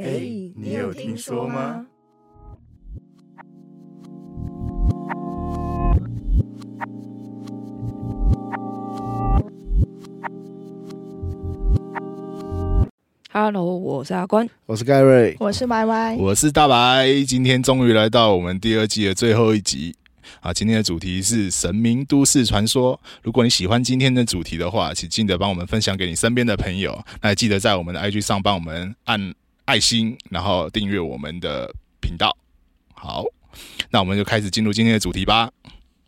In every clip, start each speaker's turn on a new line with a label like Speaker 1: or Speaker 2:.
Speaker 1: 哎，你有听说吗？
Speaker 2: Hello，我是阿关。
Speaker 3: 我是盖瑞，
Speaker 4: 我是 Y Y，
Speaker 5: 我是大白，今天终于来到我们第二季的最后一集啊！今天的主题是神明都市传说。如果你喜欢今天的主题的话，请记得帮我们分享给你身边的朋友。那也记得在我们的 IG 上帮我们按爱心，然后订阅我们的频道。好，那我们就开始进入今天的主题吧。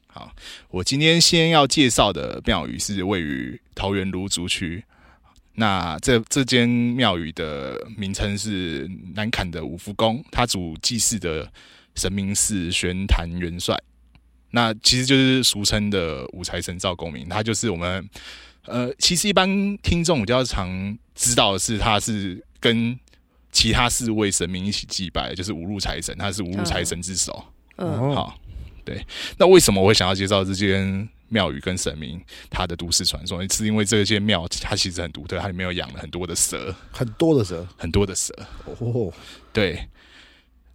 Speaker 5: 好，我今天先要介绍的庙宇是位于桃园芦竹区。那这这间庙宇的名称是南坎的五福宫，它主祭祀的神明是玄坛元帅，那其实就是俗称的五财神赵公明，他就是我们呃，其实一般听众比较常知道的是，他是跟其他四位神明一起祭拜，就是五路财神，他是五路财神之首。
Speaker 2: 嗯，
Speaker 3: 哦
Speaker 5: 好，对。那为什么我会想要介绍这间庙宇跟神明它的都市传说？是因为这间庙它其实很独特，它里面有养了很多的蛇，
Speaker 3: 很多的蛇
Speaker 5: 很多的蛇。
Speaker 3: 哦，
Speaker 5: 对，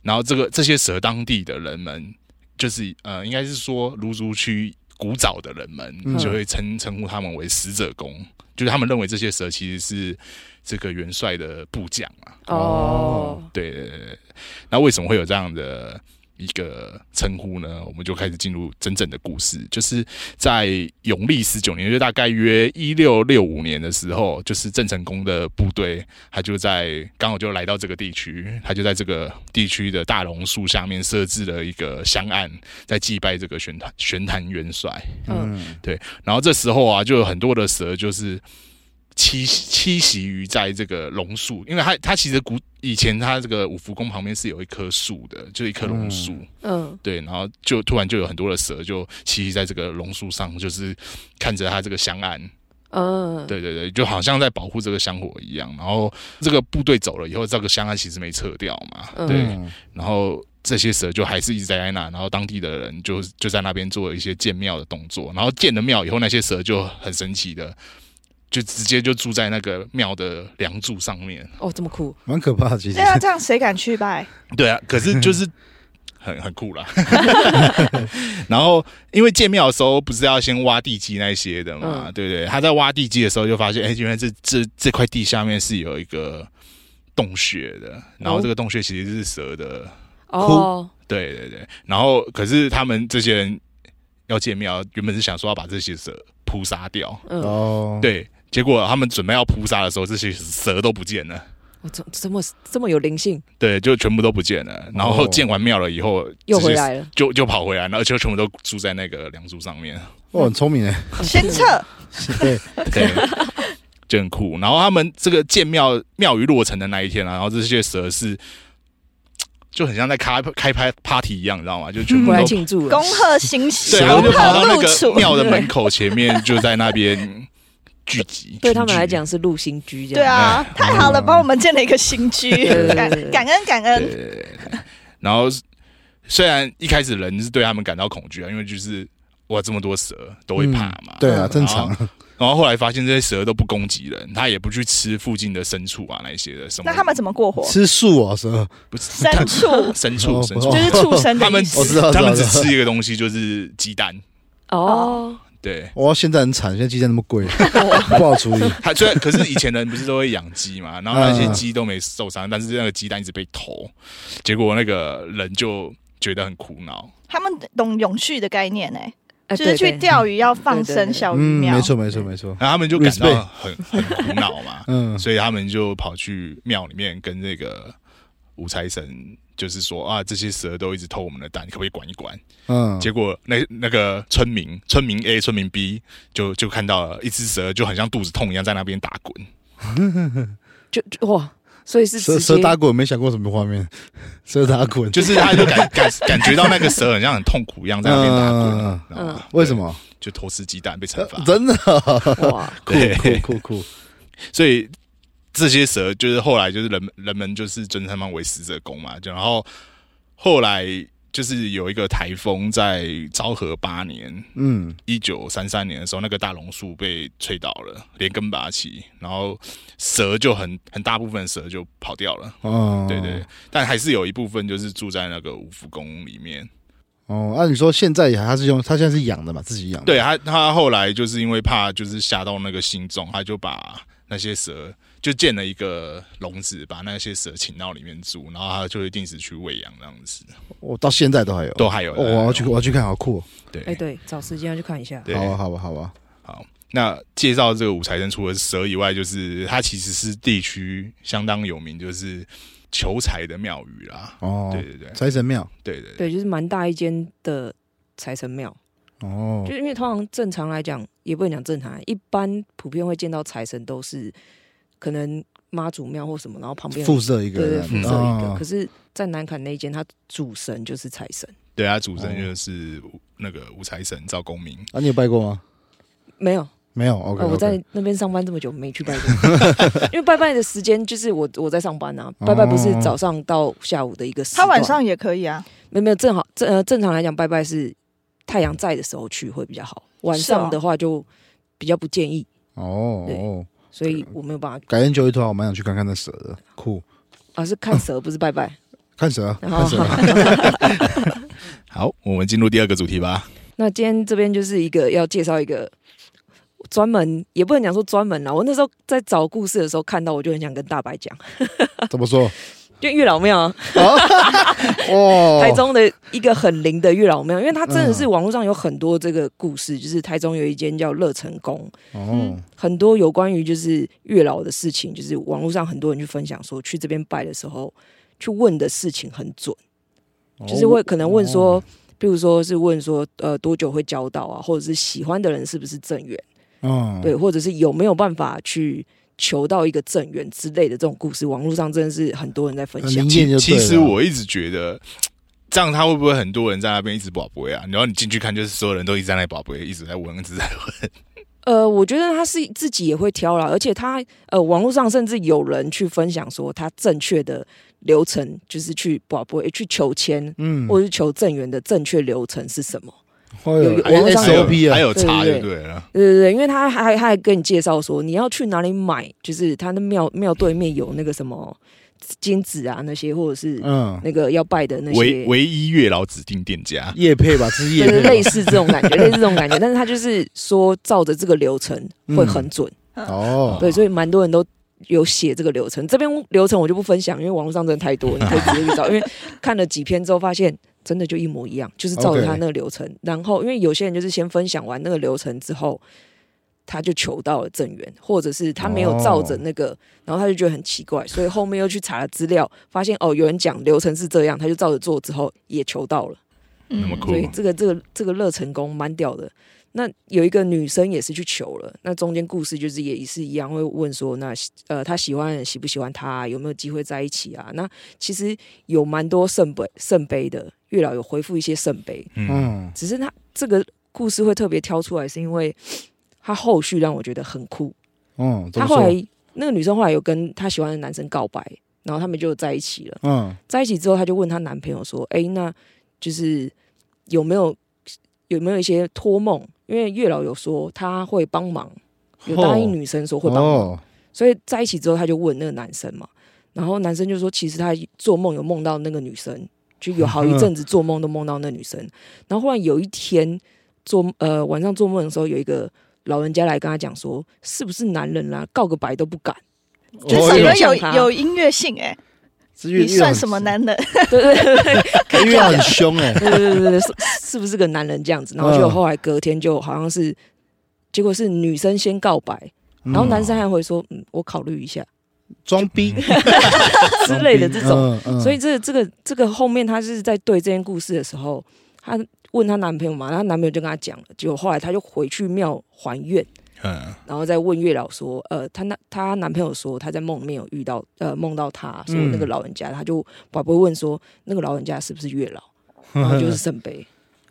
Speaker 5: 然后这个这些蛇，当地的人们就是呃，应该是说芦竹区古早的人们
Speaker 3: 嗯
Speaker 5: 就会称称呼他们为死者公，就是他们认为这些蛇其实是这个元帅的部将啊。
Speaker 2: 哦，
Speaker 5: 对对对对，那为什么会有这样的一个称呼呢？我们就开始进入真正的故事，就是在永历十九年，就大概约一六六五年的时候，就是郑成功的部队，他就在刚好就来到这个地区，他就在这个地区的大榕树下面设置了一个香案，在祭拜这个玄坛玄坛元帅。
Speaker 3: 嗯，
Speaker 5: 然后这时候啊，就有很多的蛇就是栖栖息于在这个榕树，因为它它其实古以前它这个五福宫旁边是有一棵树的，就一棵榕树，
Speaker 2: 嗯，
Speaker 5: 对，然后就突然就有很多的蛇就栖息在这个榕树上，就是看着它这个香案，
Speaker 2: 嗯，
Speaker 5: 对对对，就好像在保护这个香火一样。然后这个部队走了以后，这个香案其实没撤掉嘛，
Speaker 2: 嗯
Speaker 5: 对，
Speaker 3: 嗯
Speaker 5: 然后这些蛇就还是一直待在那，然后当地的人就就在那边做一些建庙的动作，然后建了庙以后，那些蛇就很神奇的，就直接就住在那个庙的梁柱上面。
Speaker 2: 哦，这么酷，
Speaker 3: 蛮可怕的，其实
Speaker 5: 哎
Speaker 4: 对啊，这样谁敢去拜？
Speaker 5: 对啊，可是就是 很很酷啦。 然后因为建庙的时候不是要先挖地基那些的嘛，
Speaker 2: 嗯
Speaker 5: 对不对？他在挖地基的时候就发现，哎，原来这这这块地下面是有一个洞穴的，然后这个洞穴其实是蛇的。
Speaker 2: 哦，
Speaker 5: 对对对，然后可是他们这些人要建庙，原本是想说要把这些蛇扑杀掉，
Speaker 2: 嗯，
Speaker 3: 哦，，
Speaker 5: 对，结果他们准备要扑杀的时候，这些蛇都不见了，
Speaker 2: 我怎这么这么有灵性，
Speaker 5: 对，就全部都不见了。然后
Speaker 3: 哦
Speaker 5: 建完庙了以后，
Speaker 2: 又
Speaker 5: 这
Speaker 2: 回
Speaker 5: 些
Speaker 2: 来了，
Speaker 5: 就就跑回来，然后就全部都住在那个梁柱上面，
Speaker 3: 哦，很聪明哎，
Speaker 2: 嗯
Speaker 4: 先 撤，
Speaker 3: 对，
Speaker 5: 对。就很酷，然后他们这个建庙庙宇落成的那一天啊，然后这些蛇是就很像在开开拍 party 一样，你知道吗？就全部
Speaker 2: 回
Speaker 5: 都
Speaker 2: 来庆祝了
Speaker 4: 恭。贺新喜，
Speaker 5: 对，然后
Speaker 4: 恭
Speaker 5: 就跑到
Speaker 4: 贺
Speaker 5: 那
Speaker 4: 入
Speaker 5: 个
Speaker 4: 楚。
Speaker 5: 庙的门口前面，就在那边聚集。
Speaker 2: 对
Speaker 5: 群
Speaker 2: 他们
Speaker 5: 聚
Speaker 2: 来，讲是入新居这
Speaker 4: 对
Speaker 2: 样。
Speaker 4: 啊，太好了，帮我们建了一个新 居
Speaker 2: 对对，对
Speaker 4: 感
Speaker 2: 对对
Speaker 4: 感恩感
Speaker 5: 对
Speaker 4: 恩。
Speaker 5: 对对对然后虽然一开始人是对他们感到恐惧啊，因为就是哇这么多蛇都会怕嘛。
Speaker 3: 对
Speaker 5: 然
Speaker 3: 啊，
Speaker 5: 后
Speaker 3: 正常。
Speaker 5: 然后后来发现这些蛇都不攻击人，它也不去吃附近的牲畜啊那一些的什么。
Speaker 4: 那他们怎么过活？
Speaker 3: 吃素哦，蛇，
Speaker 5: 不是
Speaker 4: 牲 畜
Speaker 5: 牲畜
Speaker 3: 哦
Speaker 5: 牲
Speaker 3: 哦
Speaker 4: 就
Speaker 5: 畜，
Speaker 4: 是畜生的
Speaker 5: 他们
Speaker 4: 意
Speaker 5: 只
Speaker 3: 我
Speaker 4: 思。
Speaker 3: 知道
Speaker 5: 他们
Speaker 3: 知
Speaker 5: 只
Speaker 3: 道
Speaker 5: 吃一个东西，就是鸡蛋。
Speaker 2: 哦，
Speaker 5: 对，
Speaker 3: 哇，现在很惨，现在鸡蛋那么 贵，不好处理，
Speaker 5: 它虽然可是以前人不是都会养鸡嘛，然后那些
Speaker 3: 嗯
Speaker 5: 鸡都没受伤，但是那个鸡蛋一直被投，结果那个人就觉得很苦恼。
Speaker 4: 他们懂永续的概念呢，欸
Speaker 2: 哎
Speaker 4: 就是去
Speaker 2: 对对
Speaker 4: 钓鱼要放生小鱼
Speaker 3: 嗯，
Speaker 4: 苗
Speaker 3: 没。错没错没错，
Speaker 5: 然后他们就感到
Speaker 3: Respect
Speaker 5: 很很苦恼嘛，
Speaker 3: 嗯，
Speaker 5: 所以他们就跑去庙里面跟那个五财神，就是说啊，这些蛇都一直偷我们的蛋，可不可以管一管？
Speaker 3: 嗯，
Speaker 5: 结果那那个村民，村民 A、村民 B 就就看到了一只蛇，就很像肚子痛一样在那边打滚。
Speaker 2: 就就哇，所以是
Speaker 3: 蛇
Speaker 2: 直
Speaker 3: 蛇
Speaker 2: 接
Speaker 3: 打滚，没想过什么画面， 蛇打滚，
Speaker 5: 就是他就感感感觉到那个蛇很像很痛苦一样在那边打滚，
Speaker 3: 嗯
Speaker 5: 你知道吗
Speaker 3: 为什？么？呃
Speaker 5: 对就偷吃鸡蛋被惩罚？
Speaker 3: 真的
Speaker 2: 哇，
Speaker 3: 酷
Speaker 5: 对
Speaker 3: 酷酷酷，
Speaker 5: 所以这些蛇就是后来就是人们人们就是尊他们为死者公嘛，就然后后来就是有一个台风在昭和八年，
Speaker 3: 嗯，
Speaker 5: 一九三三年的时候，那个大榕树被吹倒了，连根拔起，然后蛇就很很大部分蛇就跑掉了。
Speaker 3: 哦，
Speaker 5: 对对，，但还是有一部分就是住在那个五福宫里面。
Speaker 3: 哦，按、你说现在也他是用，他现在是养的嘛，自己养的，
Speaker 5: 对他，他后来就是因为怕就是吓到那个信众，他就把那些蛇就建了一个笼子，把那些蛇请到里面住，然后他就会定时去喂养这样子，
Speaker 3: 我到现在都还有，
Speaker 5: 都还有。
Speaker 3: 哦我要去，我要去看，好酷哦、
Speaker 5: 对
Speaker 1: 哎，对，找时间要去看一下。
Speaker 5: 对
Speaker 3: 好啊，好啊，好啊，
Speaker 5: 好，那介绍这个五财神，除了蛇以外，就是它其实是地区相当有名，就是求财的庙宇啦。
Speaker 3: 哦，
Speaker 5: 对对对
Speaker 3: 财神庙，
Speaker 5: 对对对，
Speaker 2: 对，就是蛮大一间的财神庙，
Speaker 3: 哦
Speaker 2: 就，是因为通常正常来讲，也不能讲正常，啊一般普遍会见到财神都是可能妈祖庙或什么，然后旁边
Speaker 3: 附设一个
Speaker 2: 对对
Speaker 3: 人，
Speaker 2: 附设一个。
Speaker 3: 哦
Speaker 2: 可是，在南坎那一间，它主神就是财神，
Speaker 5: 对它主
Speaker 3: 哦
Speaker 5: 神就是那个五财神赵公明。
Speaker 3: 啊，你有拜过吗？
Speaker 2: 没有。
Speaker 3: 没有，OK，,
Speaker 2: 哦，我
Speaker 3: OK
Speaker 2: 在那边上班这么久，没去拜过， 因为拜拜的时间就是我我在上班啊，拜拜不是
Speaker 3: 哦
Speaker 2: 早上到下午的一个时
Speaker 4: 他
Speaker 2: 段
Speaker 4: 晚上也可以啊，
Speaker 2: 没有没有正好正呃正常来讲拜拜是太阳在的时候去会比较好，晚
Speaker 4: 是哦
Speaker 2: 上的话就比较不建议，
Speaker 3: 哦
Speaker 2: 对
Speaker 3: 哦，
Speaker 2: 所以我没有办法
Speaker 3: 改天九一团，我蛮想去看看那蛇的，酷，
Speaker 2: 啊是看蛇不是拜拜，
Speaker 3: 看蛇啊，
Speaker 2: 然后
Speaker 3: 看蛇啊，
Speaker 5: 好，我们进入第二个主题吧。
Speaker 2: 那今天这边就是一个要介绍一个专门也不能讲说专门啦，啊我那时候在找故事的时候看到我就很想跟大白讲，
Speaker 3: 啊怎么 说？
Speaker 2: 就月老庙啊。
Speaker 3: 哦，嗯
Speaker 2: 台中的一个很灵的月老庙，因为它真的是网络上有很多这个故事，就是台中有一间叫乐成宫，
Speaker 3: 哦，
Speaker 2: 很多有关于就是月老的事情，就是网络上很多人去分享说，去这边拜的时候去问的事情很准，
Speaker 3: 哦
Speaker 2: 就是会可能问说，比如说是问说呃多久会交到啊，或者是喜欢的人是不是正缘，
Speaker 3: 哦，
Speaker 2: 对，或者是有没有办法去。求到一个正缘之类的这种故事，网络上真的是很多人在分
Speaker 3: 很
Speaker 2: 享
Speaker 3: 灵。验
Speaker 5: 其
Speaker 3: 就对
Speaker 5: 其
Speaker 3: 了啊
Speaker 5: 实我一直觉得。这样他会不会很多人在那边一直保不啊？然后你进去看，就是所有人都一直在那保不一直在问，一直在
Speaker 2: 呃，我觉得他是自己也会挑啦，而且他呃，网络上甚至有人去分享说他正确的流程，就是去不不去求签。
Speaker 3: 嗯，哎
Speaker 2: 或者是求正缘的正确流程是什么？
Speaker 3: 会有
Speaker 2: 有
Speaker 5: 还有
Speaker 2: 网络上
Speaker 5: 还有
Speaker 3: SOP
Speaker 5: 还
Speaker 3: 啊，
Speaker 5: 有查
Speaker 2: 对对
Speaker 5: 就
Speaker 2: 对
Speaker 5: 对啊了。
Speaker 2: 对对对，因为他还还还跟你介绍说你要去哪里买，就是他的庙庙对面有那个什么金子啊那些，或者是
Speaker 3: 嗯，
Speaker 2: 那个要拜的那
Speaker 5: 唯
Speaker 2: 些，
Speaker 5: 唯一月老指定店家，
Speaker 3: 叶配吧，这是叶
Speaker 2: 就是
Speaker 3: 配吧，
Speaker 2: 类似这种感觉，类似这种感觉。但是他就是说照着这个流程会很准，
Speaker 3: 哦，
Speaker 2: 对，所以蛮多人都有写这个流程。这边流程我就不分享，因为网络上真的太多，你可以直接去找。因为看了几篇之后，发现真的就一模一样，就是照着
Speaker 3: OK
Speaker 2: 他那个流程。然后，因为有些人就是先分享完那个流程之后，他就求到了正缘，或者是他没有照着那个，然后他就觉得很奇怪，所以后面又去查了资料，发现哦，有人讲流程是这样，他就照着做之后也求到了。
Speaker 5: 嗯那
Speaker 4: 嗯
Speaker 5: 么酷
Speaker 2: 所以这个这个这个乐成功蛮屌的。那有一个女生也是去求了，那中间故事就是也是一样，会问说那呃她喜欢喜不喜欢他、有没有机会在一起啊？那其实有蛮多圣杯圣杯的，月老有回复一些圣杯，
Speaker 5: 嗯，
Speaker 3: 嗯，
Speaker 2: 只是他这个故事会特别挑出来，是因为他后续让我觉得很酷。
Speaker 3: 嗯，怎
Speaker 2: 他
Speaker 3: 么
Speaker 2: 后
Speaker 3: 说？
Speaker 2: 来那个女生后来有跟她喜欢的男生告白，然后他们就在一起了。
Speaker 3: 嗯，
Speaker 2: 在一起之后，她就问她男朋友说：“哎、那就是有没有有没有一些托梦？因为月老有说他会帮忙，有答应女生说会帮忙，
Speaker 3: 哦，
Speaker 2: 所以在一起之后，她就问那个男生嘛。然后男生就说，其实他做梦有梦到那个女生，就有好一阵子做梦都梦到那女生。然后忽然有一天做呃晚上做梦的时候，有一个老人家来跟他讲说，是不是男人啦、告个白都不敢。
Speaker 4: 就
Speaker 2: 哦
Speaker 4: 整
Speaker 3: 哎
Speaker 2: 有
Speaker 4: 个有
Speaker 5: 哎
Speaker 2: 像他
Speaker 4: 有音乐性哎，
Speaker 3: 这月
Speaker 4: 你算什么？男人？
Speaker 2: 对对对对，
Speaker 3: 月很月很凶哎，
Speaker 2: 对对对对对，是是不是个男人这样子？然后就
Speaker 3: 嗯
Speaker 2: 后来隔天就好像是，结果是女生先告白，然后
Speaker 3: 嗯
Speaker 2: 男生还会说，嗯，我考虑一下
Speaker 3: 装逼
Speaker 2: 之类的这种。，
Speaker 3: 嗯嗯
Speaker 2: 所以这个这个这个后面，她是在对这件故事的时候，她问她男朋友嘛，然后她男朋友就跟她讲了，结果后来她就回去庙还愿，
Speaker 5: 嗯，
Speaker 2: 然后再问月老说，呃，她男她男朋友说她在梦里面有遇到，呃，梦到他说
Speaker 3: 嗯
Speaker 2: 那个老人家，她就宝贝问说那个老人家是不是月老，然后就是圣杯。
Speaker 4: 嗯
Speaker 5: 哎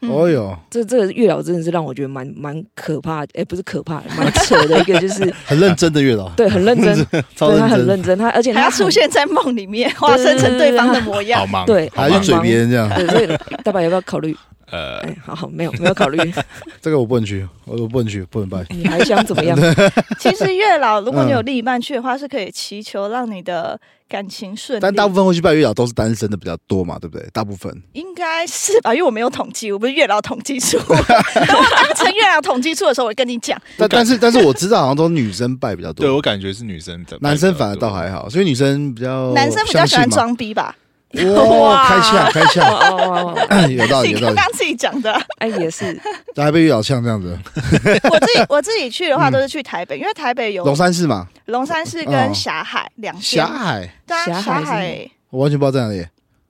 Speaker 3: 哦 哟，
Speaker 2: 这这个月老真的是让我觉得蛮蛮可怕的，哎，不是可怕的，蛮扯的一个，就是
Speaker 3: 很认真的月老，
Speaker 2: 对，很认真，
Speaker 3: 超
Speaker 2: 对他很
Speaker 3: 认真，
Speaker 2: 认真，他而且
Speaker 4: 还
Speaker 2: 他
Speaker 4: 要
Speaker 2: 很
Speaker 4: 出现在梦里面，化身成对方的模
Speaker 5: 好
Speaker 4: 样。
Speaker 5: 忙，
Speaker 2: 对
Speaker 5: 好
Speaker 3: 还去
Speaker 5: 忙
Speaker 2: 是。
Speaker 3: 嘴别人这样，
Speaker 2: 对，所以大白要不要考虑？
Speaker 5: 呃，
Speaker 2: 哎，好好，没有没有考虑，
Speaker 3: 这个我不能去，我我不能去，不能拜。
Speaker 2: 你还想怎么样？
Speaker 4: 其实月老，如果你有另一半去的话，是可以祈求让你的感情顺利。
Speaker 3: 但大部分会去拜月老都是单身的比较多嘛，对不对？大部分
Speaker 4: 应该是啊吧，因为我没有统计，我不是月老统 计处。等我当成月老统计处的时候，我跟你讲。
Speaker 3: 但但是但是我知道好像都女生拜比较
Speaker 5: 对我
Speaker 3: 多，
Speaker 5: 感觉是女生的，
Speaker 3: 男生反而倒还好，所以女生比较
Speaker 4: 男生比较喜欢
Speaker 3: 相
Speaker 4: 装逼
Speaker 3: 信
Speaker 4: 吧？
Speaker 3: 嘛。哇，开窍开
Speaker 2: 哦
Speaker 3: 窍，
Speaker 2: 哦哦哦，
Speaker 3: 有道理
Speaker 4: 你
Speaker 3: 有道
Speaker 4: 刚
Speaker 3: 理，
Speaker 4: 刚自 己讲的啊。
Speaker 2: 哎，也是，
Speaker 3: 还被月老呛这样子。
Speaker 4: 我自己我自己去的话，都是去台北，因为台北有
Speaker 3: 龙山寺嘛，
Speaker 4: 龙山寺
Speaker 3: 嗯哦
Speaker 4: 跟霞海两
Speaker 3: 霞
Speaker 4: 边。
Speaker 3: 海，
Speaker 4: 对啊，
Speaker 2: 霞海
Speaker 4: 霞
Speaker 2: 是
Speaker 4: 海
Speaker 3: 我完全不知道在哪里。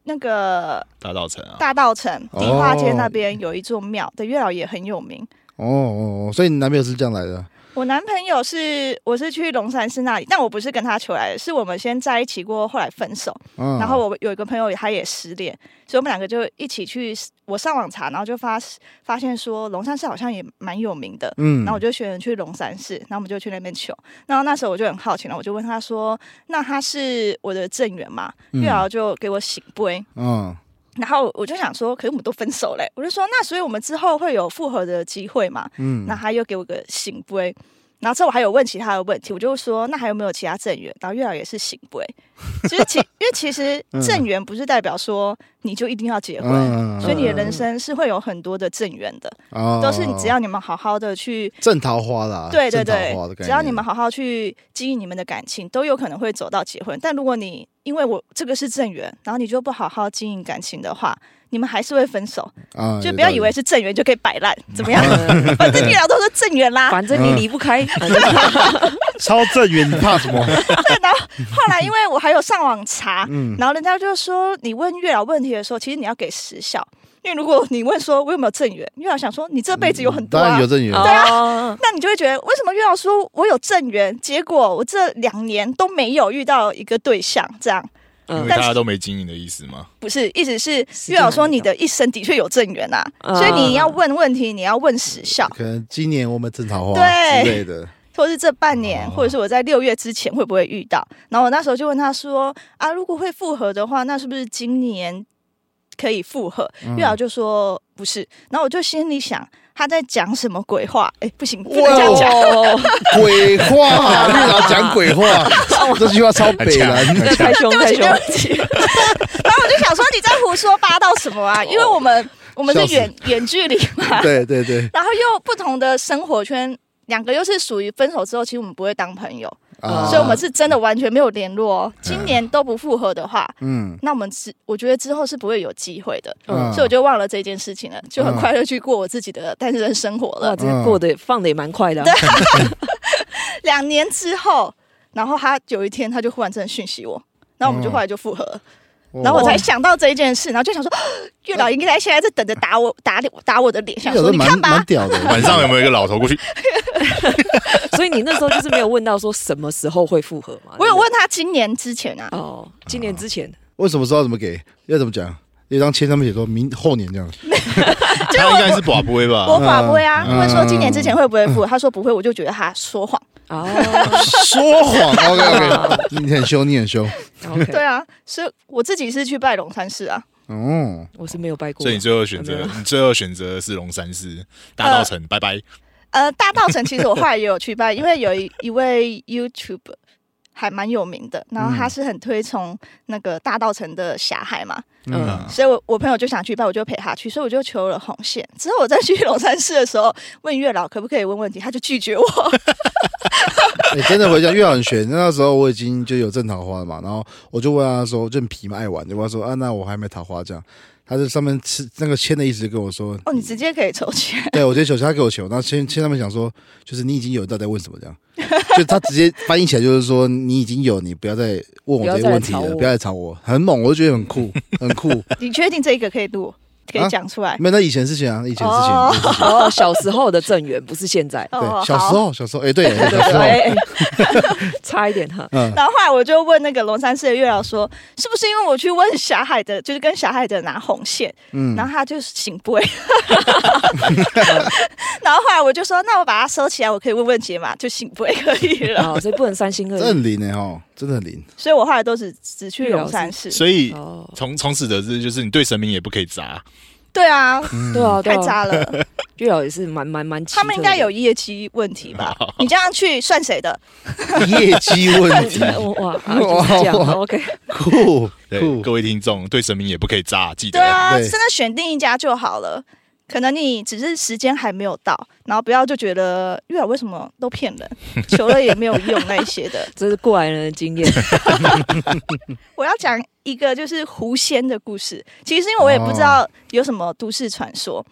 Speaker 4: 那个
Speaker 5: 大道城啊，
Speaker 4: 大道城
Speaker 3: 哦
Speaker 4: 迪化街那边有一座庙，对，月老也很有名。
Speaker 3: 哦哦，哦所以你男朋友是这样来的。
Speaker 4: 我男朋友是我是去龙山寺那里，但我不是跟他求来的，是我们先在一起过，后来分手。
Speaker 3: 嗯，
Speaker 4: 然后我有一个朋友他也失恋，所以我们两个就一起去。我上网查，然后就发发现说龙山寺好像也蛮有名的。
Speaker 3: 嗯
Speaker 4: 然后我就选去龙山寺，然后我们就去那边求。然后那时候我就很好奇，然后我就问他说：“那他是我的正缘嘛？”
Speaker 3: 嗯
Speaker 4: 月老就给我醒杯，
Speaker 3: 嗯，
Speaker 4: 然后我就想说，可是我们都分手嘞，我就说那所以我们之后会有复合的机会嘛？
Speaker 3: 嗯
Speaker 4: 那他又给我个醒杯，然后之后我还有问其他的问题，我就说那还有没有其他正缘？然后月老也是醒杯，其 实其因为其实
Speaker 3: 嗯
Speaker 4: 正缘不是代表说你就一定要结婚，
Speaker 3: 嗯
Speaker 4: 所以你的人生是会有很多的正缘的，
Speaker 3: 哦
Speaker 4: 都是你只要你们好好的去。
Speaker 3: 正桃花啦，
Speaker 4: 对对
Speaker 3: 啊正桃
Speaker 4: 对
Speaker 3: 花的概，念
Speaker 4: 只要你们好好去经营你们的感情，都有可能会走到结婚。但如果你因为我这个是正缘，然后你就不好好经营感情的话，你们还是会分手。
Speaker 3: 啊，
Speaker 4: 就
Speaker 3: 有
Speaker 4: 不要
Speaker 3: 道理
Speaker 4: 以为是正缘就可以摆烂，怎么 样？
Speaker 2: 呃
Speaker 4: 反正月老都是正缘啦。
Speaker 2: 反正你离不开，反正
Speaker 3: 超正缘，你怕什么？
Speaker 4: 对，然后后来因为我还有上网查，
Speaker 3: 嗯，
Speaker 4: 然后人家就说你问月老问题的时候，其实你要给时效，因为如果你问说我有没有正缘，月老想说你这辈子有很多
Speaker 3: 嗯当
Speaker 4: 啊
Speaker 3: 然有。正缘，
Speaker 2: 哦，
Speaker 4: 那你就会觉得，为什么月老说我有正缘，结果我这两年都没有遇到一个对象？这样
Speaker 5: 因为
Speaker 2: 嗯
Speaker 5: 大家都没经营的意思嘛。
Speaker 4: 不是，意思是
Speaker 2: 时间
Speaker 4: 月老说
Speaker 2: 还没
Speaker 4: 你
Speaker 2: 到
Speaker 4: 的一生的确有正缘啊，
Speaker 2: 嗯
Speaker 4: 所以你要问问题，你要问时效，
Speaker 3: 可能今年我们正桃花
Speaker 4: 对
Speaker 3: 之类的，
Speaker 4: 或是这半年，或者是我在六月之前会不会遇到？然后我那时候就问他说：“啊，如果会复合的话，那是不是今年可以复合？”
Speaker 3: 嗯
Speaker 4: 月老就说：“不是。”然后我就心里想，他在讲什么鬼话？哎，不行，不能这样讲。
Speaker 2: 哦，
Speaker 3: 鬼话，月老讲鬼话， 这句话超 北
Speaker 5: 很
Speaker 3: 蓝
Speaker 5: 强。
Speaker 2: 这 太凶
Speaker 4: 对不
Speaker 2: 太
Speaker 4: 起，
Speaker 2: 凶
Speaker 4: 对，不起。然后我就想说，你在胡说八道什么啊？因为我们我们
Speaker 3: 笑
Speaker 4: 是
Speaker 3: 死
Speaker 4: 远远距离 嘛，
Speaker 3: 对对对，
Speaker 4: 然后又不同的生活圈，两个又是属于分手之后，其实我们不会当朋友，
Speaker 3: 啊，
Speaker 4: 哦所以我们是真的完全没有联络哦。今年都不复合的话，
Speaker 3: 嗯，
Speaker 4: 那我们之我觉得之后是不会有机会的，
Speaker 3: 嗯
Speaker 4: 所以我就忘了这件事情了，就很快乐去过我自己的单身生活
Speaker 2: 哇，
Speaker 4: 了。
Speaker 2: 这个过得也放的也蛮快的啊，
Speaker 4: 两年之后，然后他有一天他就忽然真的讯息我。然后我们就后来就复合了，
Speaker 3: 哦
Speaker 4: 然后我才想到这一件事，然后就想说，啊月老应该现在在等着打我打脸打我的脸，想
Speaker 3: 有
Speaker 4: 说
Speaker 3: 的
Speaker 4: 你
Speaker 3: 蛮
Speaker 4: 看吧
Speaker 3: 蛮，屌 的，
Speaker 5: 晚上有没有一个老头过去？
Speaker 2: 所以你那时候就是没有问到说什么时候会复合嘛？
Speaker 4: 我
Speaker 2: 对
Speaker 4: 有
Speaker 2: 不
Speaker 4: 问他今年之前 啊，
Speaker 2: 对哦，今年之前
Speaker 3: 为什么知道怎么给？要怎么讲？有一张签上面写说明后年这样，
Speaker 5: 他应该是寡不会吧？
Speaker 4: 我法不会啊，
Speaker 3: 嗯
Speaker 4: 问说今年之前会不会复合，他说不会，我就觉得他说谎，
Speaker 2: 哦
Speaker 3: 说谎。OK OK，你 很凶，你很凶。
Speaker 4: 对
Speaker 2: ，OK，
Speaker 4: 啊，所以我自己是去拜龙山寺啊，
Speaker 3: 哦，
Speaker 2: 我是没有拜过
Speaker 5: 所以你，最后选择
Speaker 2: 没，
Speaker 5: 你最后选择的是龙山寺大道城，拜拜。
Speaker 4: 呃，大道城其实我后来也有去拜，因为有一一位 YouTube 还蛮有名的，然后他是很推崇那个大道城的霞海嘛，
Speaker 2: 嗯，
Speaker 4: 所以我我朋友就想去拜，我就陪他去，所以我就求了红线。之后我再去龙山寺的时候，问月老可不可以问问题，他就拒绝我。
Speaker 3: 哎、真的回想岳很玄，那时候我已经就有正桃花了嘛，然后我就问他说，就很皮嘛，爱玩，就问他说啊，那我还没桃花这样。他就上面吃那个签的意思就跟我说，
Speaker 4: 哦，你直接可以抽签，
Speaker 3: 对我直接求他给我求，然后签签上面想说，就是你已经有，你到底在问什么这样？就他直接翻译起来就是说，你已经有，你不要再问我这些问题了，
Speaker 2: 不要再来吵我
Speaker 3: 不要来吵我，很猛，我就觉得很酷，很酷。
Speaker 4: 你确定这一个可以录？可以讲出来。
Speaker 3: 没有，那以前事情啊，以前事情。
Speaker 4: 哦，
Speaker 3: 以前事情
Speaker 2: 哦，小时候的郑源不是现在
Speaker 4: 哦
Speaker 3: 对，小时
Speaker 4: 好
Speaker 3: 候，小时候，哎，对，
Speaker 2: 对
Speaker 3: 小时候，
Speaker 2: 对，哎差一点哈。
Speaker 3: 嗯，
Speaker 4: 然后后来我就问那个龙山寺的月老说，是不是因为我去问霞海的，就是跟霞海的拿红线，
Speaker 3: 嗯
Speaker 4: 然后他就醒不会。 然后后来我就说，那我把它收起来，我可以问问解码，就醒不会可以了。
Speaker 2: 啊，所以不能三心二
Speaker 3: 真的
Speaker 2: 意。
Speaker 3: 很灵哎哦，真的很灵。
Speaker 4: 所以我后来都只只去龙山寺。
Speaker 5: 所以
Speaker 2: 哦，
Speaker 5: 从从此得知，就是你对神明也不可以砸。
Speaker 4: 对啊，
Speaker 3: 嗯
Speaker 2: 对啊，对
Speaker 4: 太
Speaker 2: 啊，
Speaker 4: 渣了。
Speaker 2: 月老也是蛮蛮蛮奇特的。
Speaker 4: 他们应该有业绩问题吧？你这样去算谁的？
Speaker 3: 业绩问 题，
Speaker 2: 哇 啊
Speaker 3: 哦
Speaker 2: 就是这样
Speaker 3: 哇
Speaker 2: OK，
Speaker 3: 酷
Speaker 5: 对，
Speaker 3: 酷，
Speaker 5: 各位听众，对神明也不可以砸，记得
Speaker 4: 对。啊，
Speaker 3: 对
Speaker 4: 真的选定一家就好了。可能你只是时间还没有到，然后不要就觉得月老为什么都骗人，求了也没有用那一些的。
Speaker 2: 这是过来人的经验。
Speaker 4: 我要讲一个就是狐仙的故事，其实因为我也不知道有什么都市传说，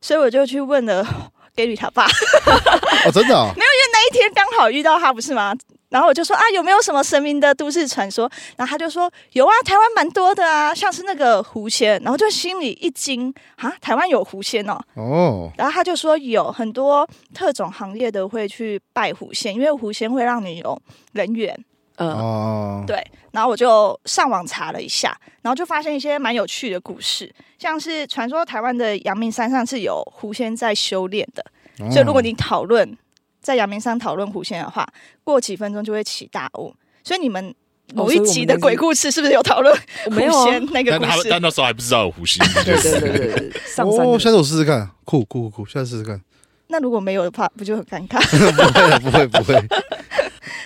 Speaker 4: 所以我就去问了 给吕他爸。
Speaker 3: 哦，真的哦，
Speaker 4: 那一天刚好遇到他，不是吗？然后我就说啊，有没有什么神明的都市传说？然后他就说有啊，台湾蛮多的啊，像是那个狐仙。然后就心里一惊啊，台湾有狐仙哦。
Speaker 3: 哦，
Speaker 4: 然后他就说有很多特种行业的会去拜狐仙，因为狐仙会让你有人缘。
Speaker 2: 嗯，
Speaker 3: 哦，
Speaker 4: 对，然后我就上网查了一下，然后就发现一些蛮有趣的故事，像是传说台湾的阳明山上是有狐仙在修炼的，
Speaker 2: 嗯
Speaker 3: 哦
Speaker 4: 所以如果你讨论在阳明山讨论狐仙的话，过几分钟就会起大雾。所以你们某一集
Speaker 2: 哦
Speaker 4: 的鬼故事是不是有讨论
Speaker 2: 我
Speaker 4: 狐
Speaker 2: 没有啊。
Speaker 4: 仙那个
Speaker 5: 但
Speaker 4: 故
Speaker 5: 他
Speaker 4: 事？
Speaker 5: 但那时候还不知道有狐仙，
Speaker 2: 对对对对 对，上山
Speaker 3: 哦，下
Speaker 2: 的
Speaker 3: 次我试试看，酷酷酷酷，下次试试看，
Speaker 4: 那如果没有的话，不就很尴尬？
Speaker 3: 不会不会不会，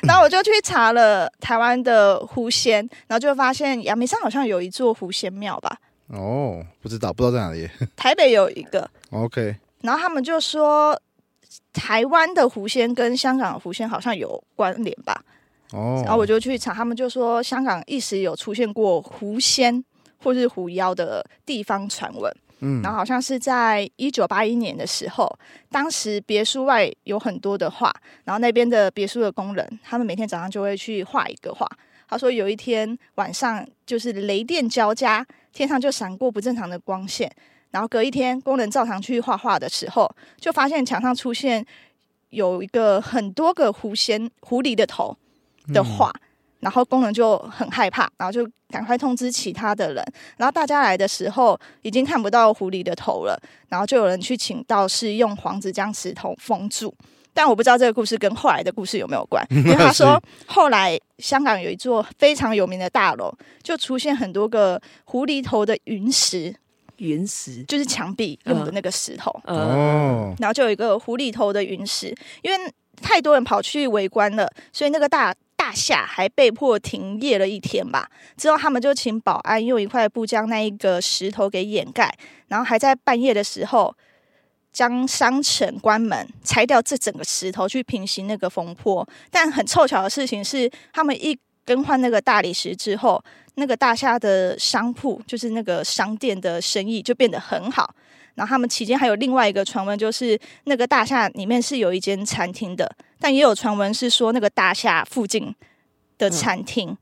Speaker 4: 然后我就去查了台湾的狐仙，然后就发现阳明山好像有一座狐仙庙吧，
Speaker 3: 哦，不知道不知道在哪里
Speaker 4: 台北有一个，
Speaker 3: ，OK，
Speaker 4: 然后他们就说，台湾的狐仙跟香港的狐仙好像有关联吧。
Speaker 3: 哦，
Speaker 4: 然后我就去查，他们就说香港一时有出现过狐仙或是狐妖的地方传闻。
Speaker 3: 嗯
Speaker 4: 然后好像是在一九八一年的时候，当时别墅外有很多的画，然后那边的别墅的工人，他们每天早上就会去画一个画。他说有一天晚上就是雷电交加，天上就闪过不正常的光线，然后隔一天工人照常去画画的时候，就发现墙上出现有一个很多个狐仙狐狸的头的画。然后工人就很害怕，然后就赶快通知其他的人。然后大家来的时候已经看不到狐狸的头了，然后就有人去请道士用黄纸将石头封住。但我不知道这个故事跟后来的故事有没有关，因为他说后来香港有一座非常有名的大楼，就出现很多个狐狸头的云石，
Speaker 2: 原石，
Speaker 4: 就是墙壁用的那个石头，
Speaker 2: 呃，
Speaker 3: 哦，
Speaker 4: 然后就有一个狐狸头的云石，因为太多人跑去围观了，所以那个大大厦还被迫停业了一天吧。之后他们就请保安用一块布将那一个石头给掩盖，然后还在半夜的时候将商城关门，拆掉这整个石头去平息那个风波。但很凑巧的事情是，他们一更换那个大理石之后，那个大厦的商铺，就是那个商店的生意就变得很好。然后他们期间还有另外一个传闻，就是那个大厦里面是有一间餐厅的，但也有传闻是说那个大厦附近的餐厅，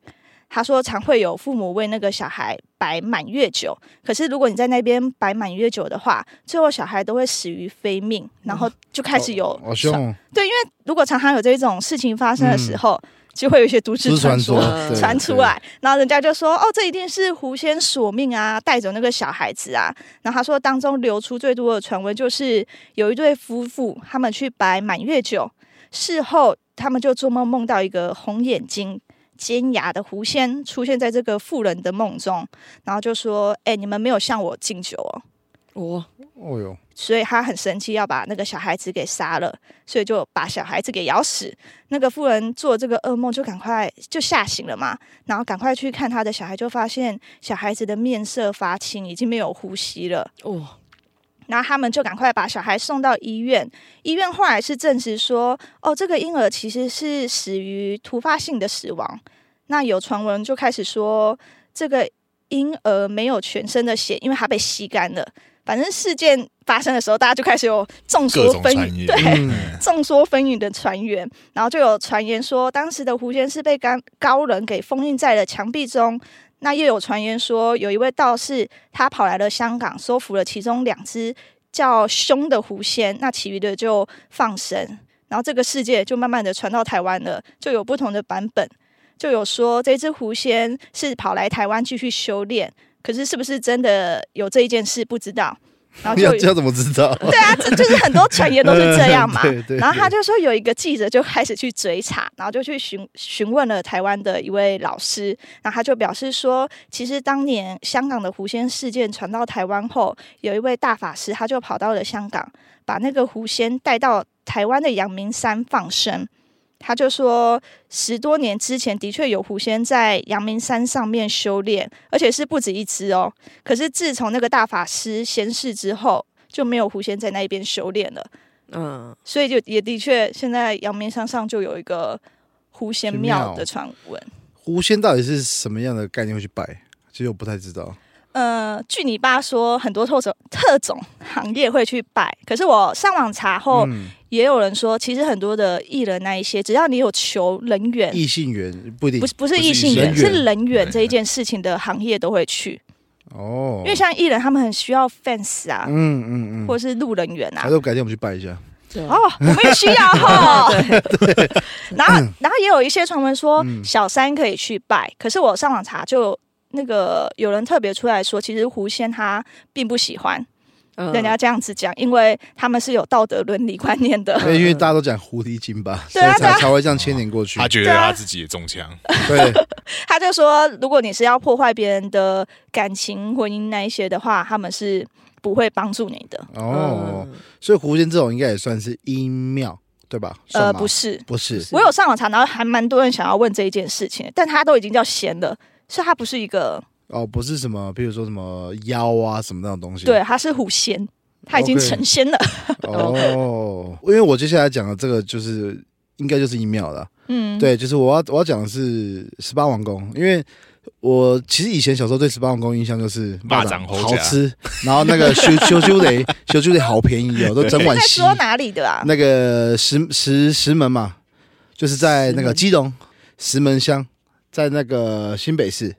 Speaker 4: 他说常会有父母为那个小孩摆满月酒，可是如果你在那边摆满月酒的话，最后小孩都会死于非命，然后就开始有
Speaker 3: 好凶哦，
Speaker 4: 对，因为如果常常有这种事情发生的时候，就会有一些
Speaker 3: 嗯
Speaker 4: 都
Speaker 3: 都
Speaker 4: 市
Speaker 3: 市传
Speaker 4: 传说
Speaker 3: 说
Speaker 2: 传说
Speaker 3: 对
Speaker 4: 传出来，然后人家就说：“哦，这一定是狐仙索命啊，带走那个小孩子啊。”然后他说，当中流出最多的传闻就是有一对夫妇，他们去摆满月酒，事后他们就做梦梦到一个红眼睛。尖牙的狐仙出现在这个妇人的梦中，然后就说：“哎、你们没有向我敬酒哦。”
Speaker 2: 我
Speaker 3: 对哦 哟，
Speaker 4: 所以他很生气，要把那个小孩子给杀了，所以就把小孩子给咬死。那个妇人做这个噩梦，就赶快就吓醒了嘛，然后赶快去看他的小孩，就发现小孩子的面色发青，已经没有呼吸了。
Speaker 2: 我
Speaker 4: 然后他们就赶快把小孩送到医院。医院后来是证实说，哦，这个婴儿其实是死于突发性的死亡。那有传闻就开始说，这个婴儿没有全身的血，因为他被吸干了。反正事件发生的时候，大家就开始有众
Speaker 5: 各
Speaker 4: 说
Speaker 5: 种
Speaker 4: 纷
Speaker 5: 传
Speaker 4: 纭，
Speaker 5: 言
Speaker 4: 对，
Speaker 3: 嗯，
Speaker 4: 众说纷纭的传言，然后就有传言说，当时的狐仙是被高高人给封印在了墙壁中，那又有传言说，有一位道士他跑来了香港，收服了其中两只叫凶的狐仙，那其余的就放生。然后这个世界就慢慢的传到台湾了，就有不同的版本，就有说这只狐仙是跑来台湾继续修炼，可是是不是真的有这一件事不知道。然后
Speaker 3: 你
Speaker 4: 就
Speaker 3: 要这怎么知道？
Speaker 4: 对啊，这就是很多传言都是这样 嘛。
Speaker 3: 对对对
Speaker 4: 然后他就说有一个记者就开始去追查，然后就去询询问了台湾的一位老师，然后他就表示说，其实当年香港的狐仙事件传到台湾后，有一位大法师他就跑到了香港，把那个狐仙带到台湾的阳明山放生。他就说，十多年之前的确有狐仙在阳明山上面修炼，而且是不止一只哦。可是自从那个大法师仙逝之后，就没有狐仙在那一边修炼了，
Speaker 2: 嗯，
Speaker 4: 所以就也的确，现在阳明山上就有一个狐仙庙的传闻。
Speaker 3: 狐仙到底是什么样的概念会去拜？其实我不太知道。
Speaker 4: 呃，据你爸说，很多特种特种行业会去拜，可是我上网查后，
Speaker 3: 嗯，
Speaker 4: 也有人说，其实很多的艺人那一些，只要你有求人缘，
Speaker 3: 异性缘不一定
Speaker 4: 呃不是不是
Speaker 5: 不是
Speaker 4: 异性
Speaker 3: 人
Speaker 4: 缘，是
Speaker 3: 缘
Speaker 4: 人缘这一件事情的行业都会去，
Speaker 3: 哦，
Speaker 4: 因为像艺人他们很需要 fans 啊，
Speaker 3: 嗯嗯嗯，
Speaker 4: 或者是路人缘啊
Speaker 3: 还。是我改天我们去拜一 下。
Speaker 2: 对啊
Speaker 4: 哦，我们也需要哈。然后，然后也有一些传闻说
Speaker 3: 嗯
Speaker 4: 小三可以去拜，可是我上网查就那个有人特别出来说，其实狐仙他并不喜欢
Speaker 2: 嗯
Speaker 4: 人家这样子讲，因为他们是有道德伦理观念的。
Speaker 3: 对因为大家都讲狐狸精吧，所
Speaker 4: 对
Speaker 3: 以
Speaker 4: 啊对
Speaker 3: 才
Speaker 4: 啊
Speaker 3: 才会这样牵连过去
Speaker 5: 他。觉得他自己也中枪，
Speaker 3: 对，
Speaker 4: 他就说，如果你是要破坏别人的感情、婚姻那一些的话，他们是不会帮助你的。
Speaker 2: 嗯
Speaker 3: 哦，，所以狐仙这种应该也算是阴庙，对吧？
Speaker 4: 呃，
Speaker 3: 算吗
Speaker 4: 不是，
Speaker 3: 不是，
Speaker 4: 我有上网查，然后还蛮多人想要问这一件事情，但他都已经叫仙了，所以他不是一个
Speaker 3: 哦，不是什么，比如说什么妖啊什么那种东西。
Speaker 4: 对，他是虎仙，他已经
Speaker 3: OK
Speaker 4: 成仙 了。
Speaker 3: 哦，因为我接下来讲的这个就是应该就是阴庙了。
Speaker 4: 嗯，，
Speaker 3: 对，就是我要我要讲的是十八王宫，因为我其实以前小时候对十八王宫印象就是
Speaker 5: 蚂蚱猴
Speaker 3: 好
Speaker 5: 夹
Speaker 3: 吃，然后那个修 修修雷修修雷好便宜哦，都整碗
Speaker 4: 在
Speaker 3: 吸。
Speaker 4: 说哪里的啊？
Speaker 3: 那个石石石门嘛，就是在
Speaker 2: 石
Speaker 3: 那个
Speaker 2: 门
Speaker 3: 基隆石门乡，在那个新北市，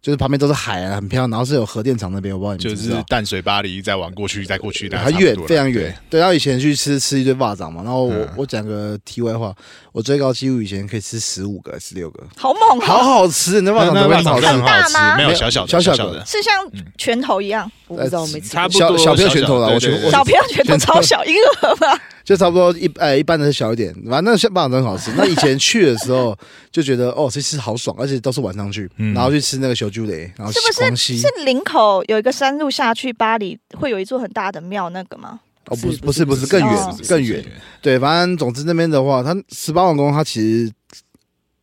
Speaker 3: 就是旁边都是海啊，很漂亮，然后是有核电厂那边，我不知道你
Speaker 5: 就
Speaker 3: 们知不知
Speaker 5: 是
Speaker 3: 道。
Speaker 5: 淡水巴黎，再往过去，再过去，大概
Speaker 3: 很
Speaker 5: 差不
Speaker 3: 远
Speaker 5: 多，了
Speaker 3: 非常远。。对，然后以前去吃吃一堆蚂蚱嘛，然后我、
Speaker 5: 嗯
Speaker 3: 我讲个题外话，我最高纪录以前可以吃十五个、十六个，
Speaker 4: 好猛啊！
Speaker 3: 好好吃，那蚂
Speaker 5: 那
Speaker 3: 蚱
Speaker 5: 那
Speaker 3: 怎么
Speaker 5: 蚂
Speaker 3: 会好
Speaker 5: 蚱是
Speaker 3: 吃？
Speaker 5: 很好
Speaker 4: 很大吗
Speaker 5: 吃，没有小小的，
Speaker 3: 小小
Speaker 5: 小
Speaker 3: 的
Speaker 5: 的，
Speaker 4: 是像拳头一样，
Speaker 2: 我不知道，我没吃
Speaker 5: 差
Speaker 2: 过
Speaker 5: 不
Speaker 3: 小
Speaker 5: 多
Speaker 3: 小朋友
Speaker 5: 小
Speaker 3: 拳头啦
Speaker 5: 的
Speaker 3: 我
Speaker 5: 对对
Speaker 3: 我
Speaker 5: 对
Speaker 4: 小朋友拳头超小，婴儿嘛。
Speaker 3: 就差不多一呃一般的小一点，反正那像蚂蚱都很好吃。那以前去的时候就觉得哦，这吃好爽，而且都是晚上去，
Speaker 5: 嗯
Speaker 3: 然后去吃那个小猪雷，然后
Speaker 4: 是不
Speaker 3: 狂
Speaker 4: 是
Speaker 3: 哦吸
Speaker 4: 是林口有一个山路下去，巴黎会有一座很大的庙那个吗？
Speaker 3: 哦，不是不
Speaker 2: 不
Speaker 3: 是
Speaker 2: 是
Speaker 3: 不
Speaker 2: 不
Speaker 3: 是
Speaker 2: 是
Speaker 3: 更
Speaker 4: 哦
Speaker 3: 远更远，对，反正总之那边的话，它十八王宫它其实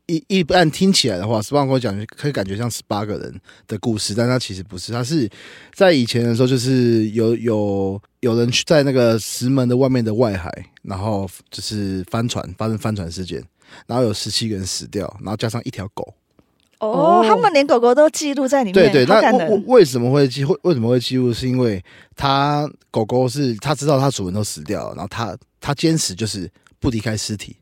Speaker 3: 一一般听起来的话，十八王宫讲可以感觉像十八个人的故事，但它其实不是，它是在以前的时候，就是有有有人去在那个石门的外面的外海，然后就是帆船发生帆船事件，然后有十七个人死掉，然后加上一条狗。
Speaker 4: 哦
Speaker 2: 哦，
Speaker 4: 他们连狗狗都记录在里面，
Speaker 3: 对对，
Speaker 4: 好感
Speaker 3: 那为
Speaker 4: 人。
Speaker 3: 为什么会记会为什么会记录？是因为它狗狗是它知道它主人都死掉了，然后它它坚持就是不离开尸体，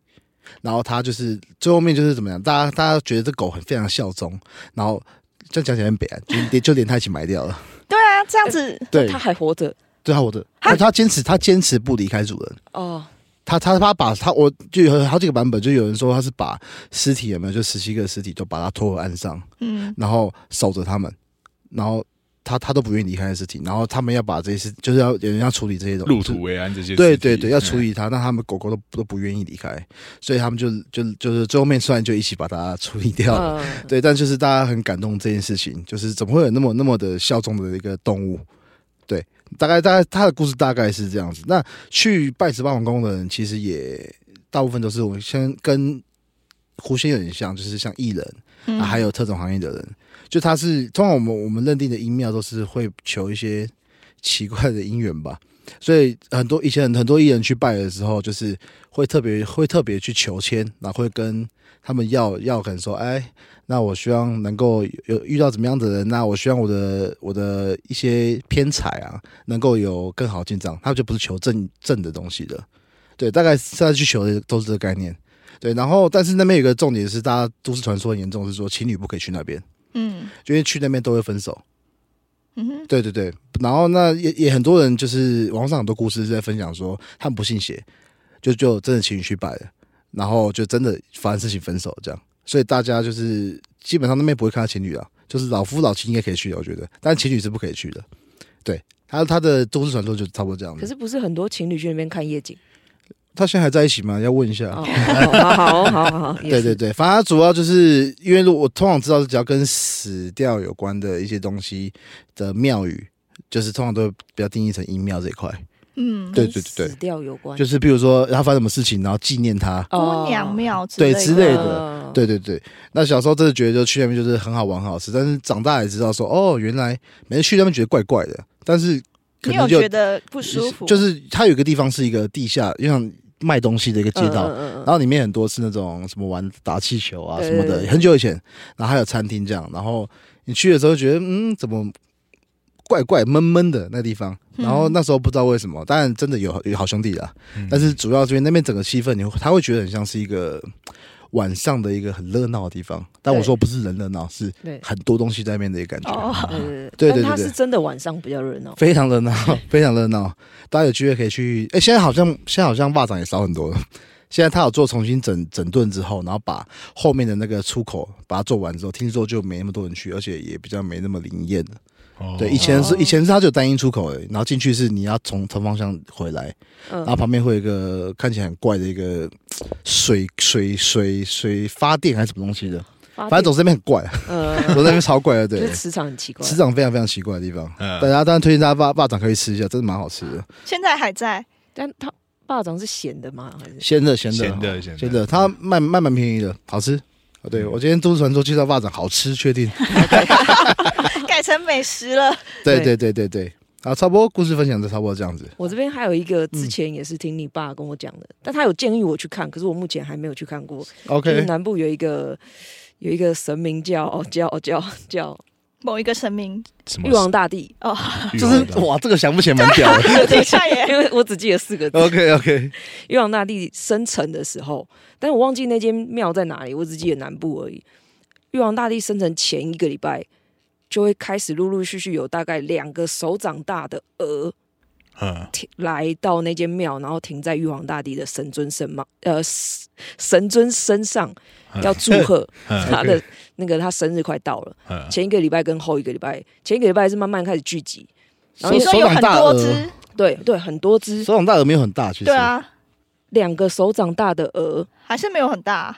Speaker 3: 然后它就是最后面就是怎么样？大家大家觉得这狗很非常效忠，然后这样讲起来很北岸，就连就连它一起埋掉 了。
Speaker 4: 对啊，这样子
Speaker 3: 对
Speaker 2: 他还活着
Speaker 3: 对啊，我的，它它坚持它坚持不离开主人。
Speaker 2: 哦，
Speaker 3: 他他他把他我就有好几个版本，就有人说他是把尸体有没有就十七个尸体都把它拖回岸上，
Speaker 4: 嗯，
Speaker 3: 然后守着他们，然后他他都不愿意离开尸体，然后他们要把这些就是要有人要处理这些东西，
Speaker 5: 入土为哎安这些。
Speaker 3: 对对对，要处
Speaker 5: 理。
Speaker 3: 理他，那他们狗狗都都不愿意离开，所以他们就就就是最后面虽然就一起把它处理掉了，
Speaker 2: 嗯，
Speaker 3: 对，但就是大家很感动这件事情，就是怎么会有那么那么的效忠的一个动物？对，大概大概他的故事大概是这样子。那去拜十八王宫的人，其实也大部分都是我们先跟狐仙有点像，就是像艺人、
Speaker 4: 嗯
Speaker 3: 啊，还有特种行业的人，就他是通常我们我们认定的音庙都是会求一些奇怪的姻缘吧。所以很多以前很多艺人去拜的时候，就是会特别会特别去求签，然后会跟他们要要可能说，哎，那我希望能够有遇到怎么样的人，那我希望我的我的一些偏财啊，能够有更好进账，他们就不是求正正的东西的，对，大概现在去求的都是这个概念，对，然后但是那边有一个重点是，大家都市传说很严重，是说情侣不可以去那边，
Speaker 4: 嗯
Speaker 3: 就因为去那边都会分手。
Speaker 4: 嗯哼，
Speaker 3: 对对对，然后那也也很多人就是网上很多故事是在分享说他们不信邪，就就真的情绪败了，然后就真的发生事情分手这样，所以大家就是基本上那边不会看到情侣啊，就是老夫老妻应该可以去的，我觉得，但情侣是不可以去的。对，他他的都市传说就差不多这样
Speaker 2: 可
Speaker 3: 子。
Speaker 2: 是不是很多情侣去那边看夜景？
Speaker 3: 他现在还在一起吗？要问一下。
Speaker 2: 哦，好好好好好，也
Speaker 3: 对
Speaker 2: 是
Speaker 3: 对对，反正它主要就是因为如果我通常知道，只要跟死掉有关的一些东西的庙宇，就是通常都会比较定义成阴庙这一块。
Speaker 4: 嗯，
Speaker 3: 对
Speaker 2: 跟死掉有关，
Speaker 3: 就是比如说他发生什么事情，然后纪念他。
Speaker 2: 哦
Speaker 4: 姑娘庙之
Speaker 3: 对
Speaker 4: 类
Speaker 3: 之类
Speaker 4: 的，
Speaker 3: 的
Speaker 2: 呃
Speaker 3: 对对对，那小时候真的觉得就去那边就是很好玩、很好吃，但是长大也知道说，哦，原来每次去那边觉得怪怪的，但是可
Speaker 4: 你
Speaker 3: 能
Speaker 4: 有
Speaker 3: 就
Speaker 4: 觉得不舒服？
Speaker 3: 就是它有一个地方是一个地下，就像卖东西的一个街道，
Speaker 2: 嗯嗯嗯嗯
Speaker 3: 然后里面很多是那种什么玩打气球啊
Speaker 2: 对
Speaker 3: 什么的，很久以前，然后还有餐厅这样，然后你去的时候觉得嗯怎么怪怪闷闷的那地方，
Speaker 4: 嗯
Speaker 3: 然后那时候不知道为什么，当然真的有有好兄弟啦，但是主要这边那边整个气氛，你会他会觉得很像是一个。晚上的一个很热闹的地方，但我
Speaker 2: 对
Speaker 3: 说不是人热闹，是
Speaker 2: 对
Speaker 3: 很多东西在那边的一个感觉。
Speaker 4: 哦，
Speaker 2: 对对
Speaker 3: 对对
Speaker 2: 但它
Speaker 3: 对对
Speaker 2: 是真的晚上比较热闹。
Speaker 3: 非常热闹，非常热闹。大家有机会可以去。哎、现在好像现在好像蚂蚱也少很多了。现在他有做重新整整顿之后，然后把后面的那个出口把它做完之后，听说就没那么多人去，而且也比较没那么灵验了。
Speaker 2: 哦
Speaker 3: 对，以
Speaker 5: 哦
Speaker 3: 前是、以前是它只有单一出口而已，然后进去是你要从同方向回来，
Speaker 2: 嗯
Speaker 3: 然后旁边会有一个看起来很怪的一个水水水水发电还是什么东西的，
Speaker 2: 发
Speaker 3: 反正
Speaker 2: 电
Speaker 3: 总是那边很 怪，
Speaker 2: 呃，
Speaker 3: 总是那边超怪的，
Speaker 2: 就
Speaker 3: 对
Speaker 2: 是。磁场很奇怪
Speaker 3: 市。长非常非常奇怪的地方，
Speaker 5: 嗯
Speaker 3: 大家当然推荐大家霸霸掌可以吃一下，真的蛮好吃的，
Speaker 4: 现在还在，
Speaker 2: 但它霸掌是咸的吗？还是
Speaker 3: 鲜的鲜的哦
Speaker 5: 咸的咸的
Speaker 3: 鲜的，它卖卖蛮便宜的，好吃。啊对我今天都市传说介绍霸掌好吃，确定？
Speaker 4: 改成美食了。
Speaker 3: 对对
Speaker 2: 对
Speaker 3: 对对对，啊，差不多故事分享就差不多这样子。
Speaker 2: 我这边还有一
Speaker 3: 嗯
Speaker 2: 个，之前也是听你爸跟我讲的，但他有建议我去看，可是我目前还没有去看过。就是
Speaker 3: OK，
Speaker 2: 南部有一个有一个神明哦叫叫叫叫
Speaker 4: 某一个 神明
Speaker 5: 什么
Speaker 2: 玉皇大帝，
Speaker 4: 哦，
Speaker 3: 就是哇，这个想不起来蛮屌的。
Speaker 4: 等一下耶，
Speaker 2: 因为我只记得四个字。
Speaker 3: OK OK，
Speaker 2: 玉皇大帝生辰的时候，但我忘记那间庙在哪里，我只记得南部而已。玉皇大帝生辰前一个礼拜，就会开始陆陆续续有大概两个手掌大的鹅
Speaker 5: 嗯
Speaker 2: 停来到那间庙，然后停在玉皇大帝的神尊身嘛，呃，神神尊身上，要祝 贺他的那个他生日快到了。
Speaker 5: 嗯，
Speaker 2: 前一个礼拜跟后一个礼拜，前一个礼拜是慢慢开始聚集，然后
Speaker 4: 你
Speaker 2: 手
Speaker 4: 说有很多只，
Speaker 2: 对对，很多只，
Speaker 3: 手掌大鹅没有很大，其实
Speaker 4: 对，啊，
Speaker 2: 两个手掌大的鹅，
Speaker 4: 还是没有很
Speaker 3: 嗯
Speaker 4: 大，啊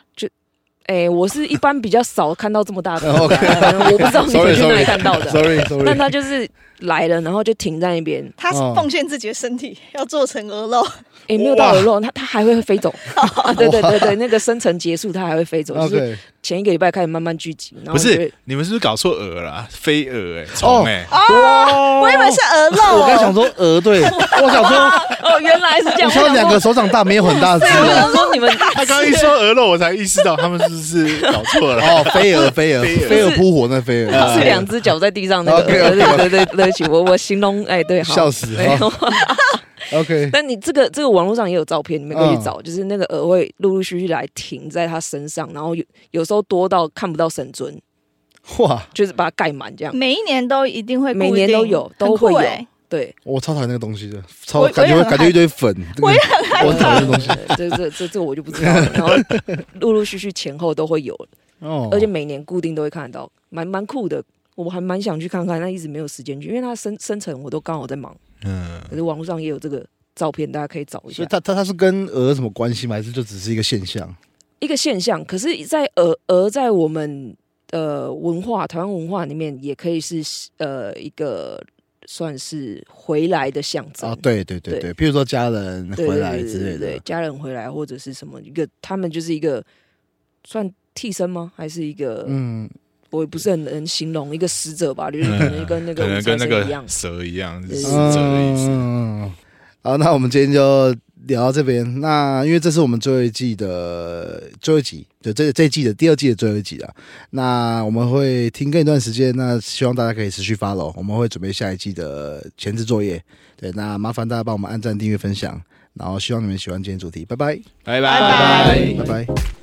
Speaker 2: 哎、我是一般比较少看到这么 大的鹅
Speaker 3: OK
Speaker 2: 可能我不知道你们
Speaker 3: Sorry，
Speaker 2: 去哪里
Speaker 3: sorry
Speaker 2: 看到的，
Speaker 3: ，sorry
Speaker 2: 但
Speaker 3: sorry，
Speaker 2: 它就是来了，然后就停在那边，
Speaker 4: 它是
Speaker 3: 哦
Speaker 4: 奉献自己的身体要做成鹅肉，
Speaker 2: 也、哎没有到耳肉，它它还会飞走，啊、对对对对，那个生辰结束它还会飞走，就是
Speaker 3: OK，
Speaker 2: 前一个礼拜开始慢慢聚集，然后
Speaker 5: 不，
Speaker 2: 就是
Speaker 5: 你们是不是搞错鹅了？飞鹅哎，
Speaker 3: 哦
Speaker 5: 虫哎，
Speaker 2: 哦
Speaker 3: 哇，
Speaker 4: 我以为是鹅肉
Speaker 3: 我刚想
Speaker 4: 哦，
Speaker 3: 说鹅，对我想说，
Speaker 2: 哦，原来是这样，
Speaker 3: 你
Speaker 2: 我想
Speaker 3: 说
Speaker 2: 说
Speaker 3: 两个手掌大没有很大只啊
Speaker 2: 对，我想说你们
Speaker 5: 他刚一说鹅肉，我才意识到他们是不是搞错 了。
Speaker 3: 哦，飞蛾飞蛾
Speaker 5: 飞蛾
Speaker 3: 飞蛾扑火那飞蛾
Speaker 2: 它是两只脚在地上那个，对
Speaker 3: 哎 OK，OK，
Speaker 2: 对对对不起，我我形容哎对，好
Speaker 3: 笑死
Speaker 2: 没
Speaker 3: 好
Speaker 2: 有。
Speaker 3: ，OK，
Speaker 2: 但你这个这个网络上也有照片，你们可以
Speaker 3: 嗯
Speaker 2: 去找，就是那个鹅会陆陆续续来停在它身上，然后有有时候多到看不到神尊，
Speaker 3: 哇，
Speaker 2: 就是把它盖满这样。
Speaker 4: 每一年都一定会，
Speaker 2: 每年都有都会有
Speaker 4: 很酷欸
Speaker 2: 对，
Speaker 3: 我超讨厌那个东西的，超
Speaker 4: 我
Speaker 3: 感觉
Speaker 4: 我也
Speaker 3: 会
Speaker 4: 很
Speaker 3: 感觉一堆粉，这个
Speaker 4: 我也很害
Speaker 3: 我讨厌
Speaker 4: 怕
Speaker 3: 这个东西。
Speaker 2: 对这这这这我就不知道了。然后陆陆续续前后都会有，
Speaker 3: 哦，
Speaker 2: 而且每年固定都会看得到，蛮蛮酷的。我还蛮想去看看，但一直没有时间去，因为它生生成我都刚好在忙。
Speaker 5: 嗯，
Speaker 2: 可是网络上也有这个照片，大家可以找一下
Speaker 3: 所以。它它它是跟鹅有什么关系吗？还是就只是一个现象？
Speaker 2: 一个现象，可是在，而而在我们呃文化台湾文化里面，也可以是呃一个算是回来的象征
Speaker 3: 啊，对对对对，
Speaker 2: 对
Speaker 3: 譬如说家人
Speaker 2: 对
Speaker 3: 回来
Speaker 2: 对对
Speaker 3: 之类
Speaker 2: 对对
Speaker 3: 的，
Speaker 2: 家人回来或者是什么一个，他们就是一个算替身吗？还是一个、
Speaker 3: 嗯，
Speaker 2: 我也不是很能形容一个使者吧，就是可能跟那个
Speaker 5: 可能
Speaker 2: 武财
Speaker 5: 跟那
Speaker 2: 神一样
Speaker 5: 个。蛇一样，是
Speaker 2: 对
Speaker 5: 死
Speaker 2: 对
Speaker 5: 者的意
Speaker 3: 嗯
Speaker 5: 思。
Speaker 3: 嗯嗯好，那我们今天就聊到这边。那因为这是我们最后一季的最后一集，对这这一季的第二季的最后一集啊。那我们会停更一段时间，那希望大家可以持续 follow，我们会准备下一季的前置作业。对，那麻烦大家帮我们按赞、订阅、分享，然后希望你们喜欢今天主题，拜拜，
Speaker 5: 拜
Speaker 4: 拜
Speaker 5: 拜
Speaker 3: 拜拜。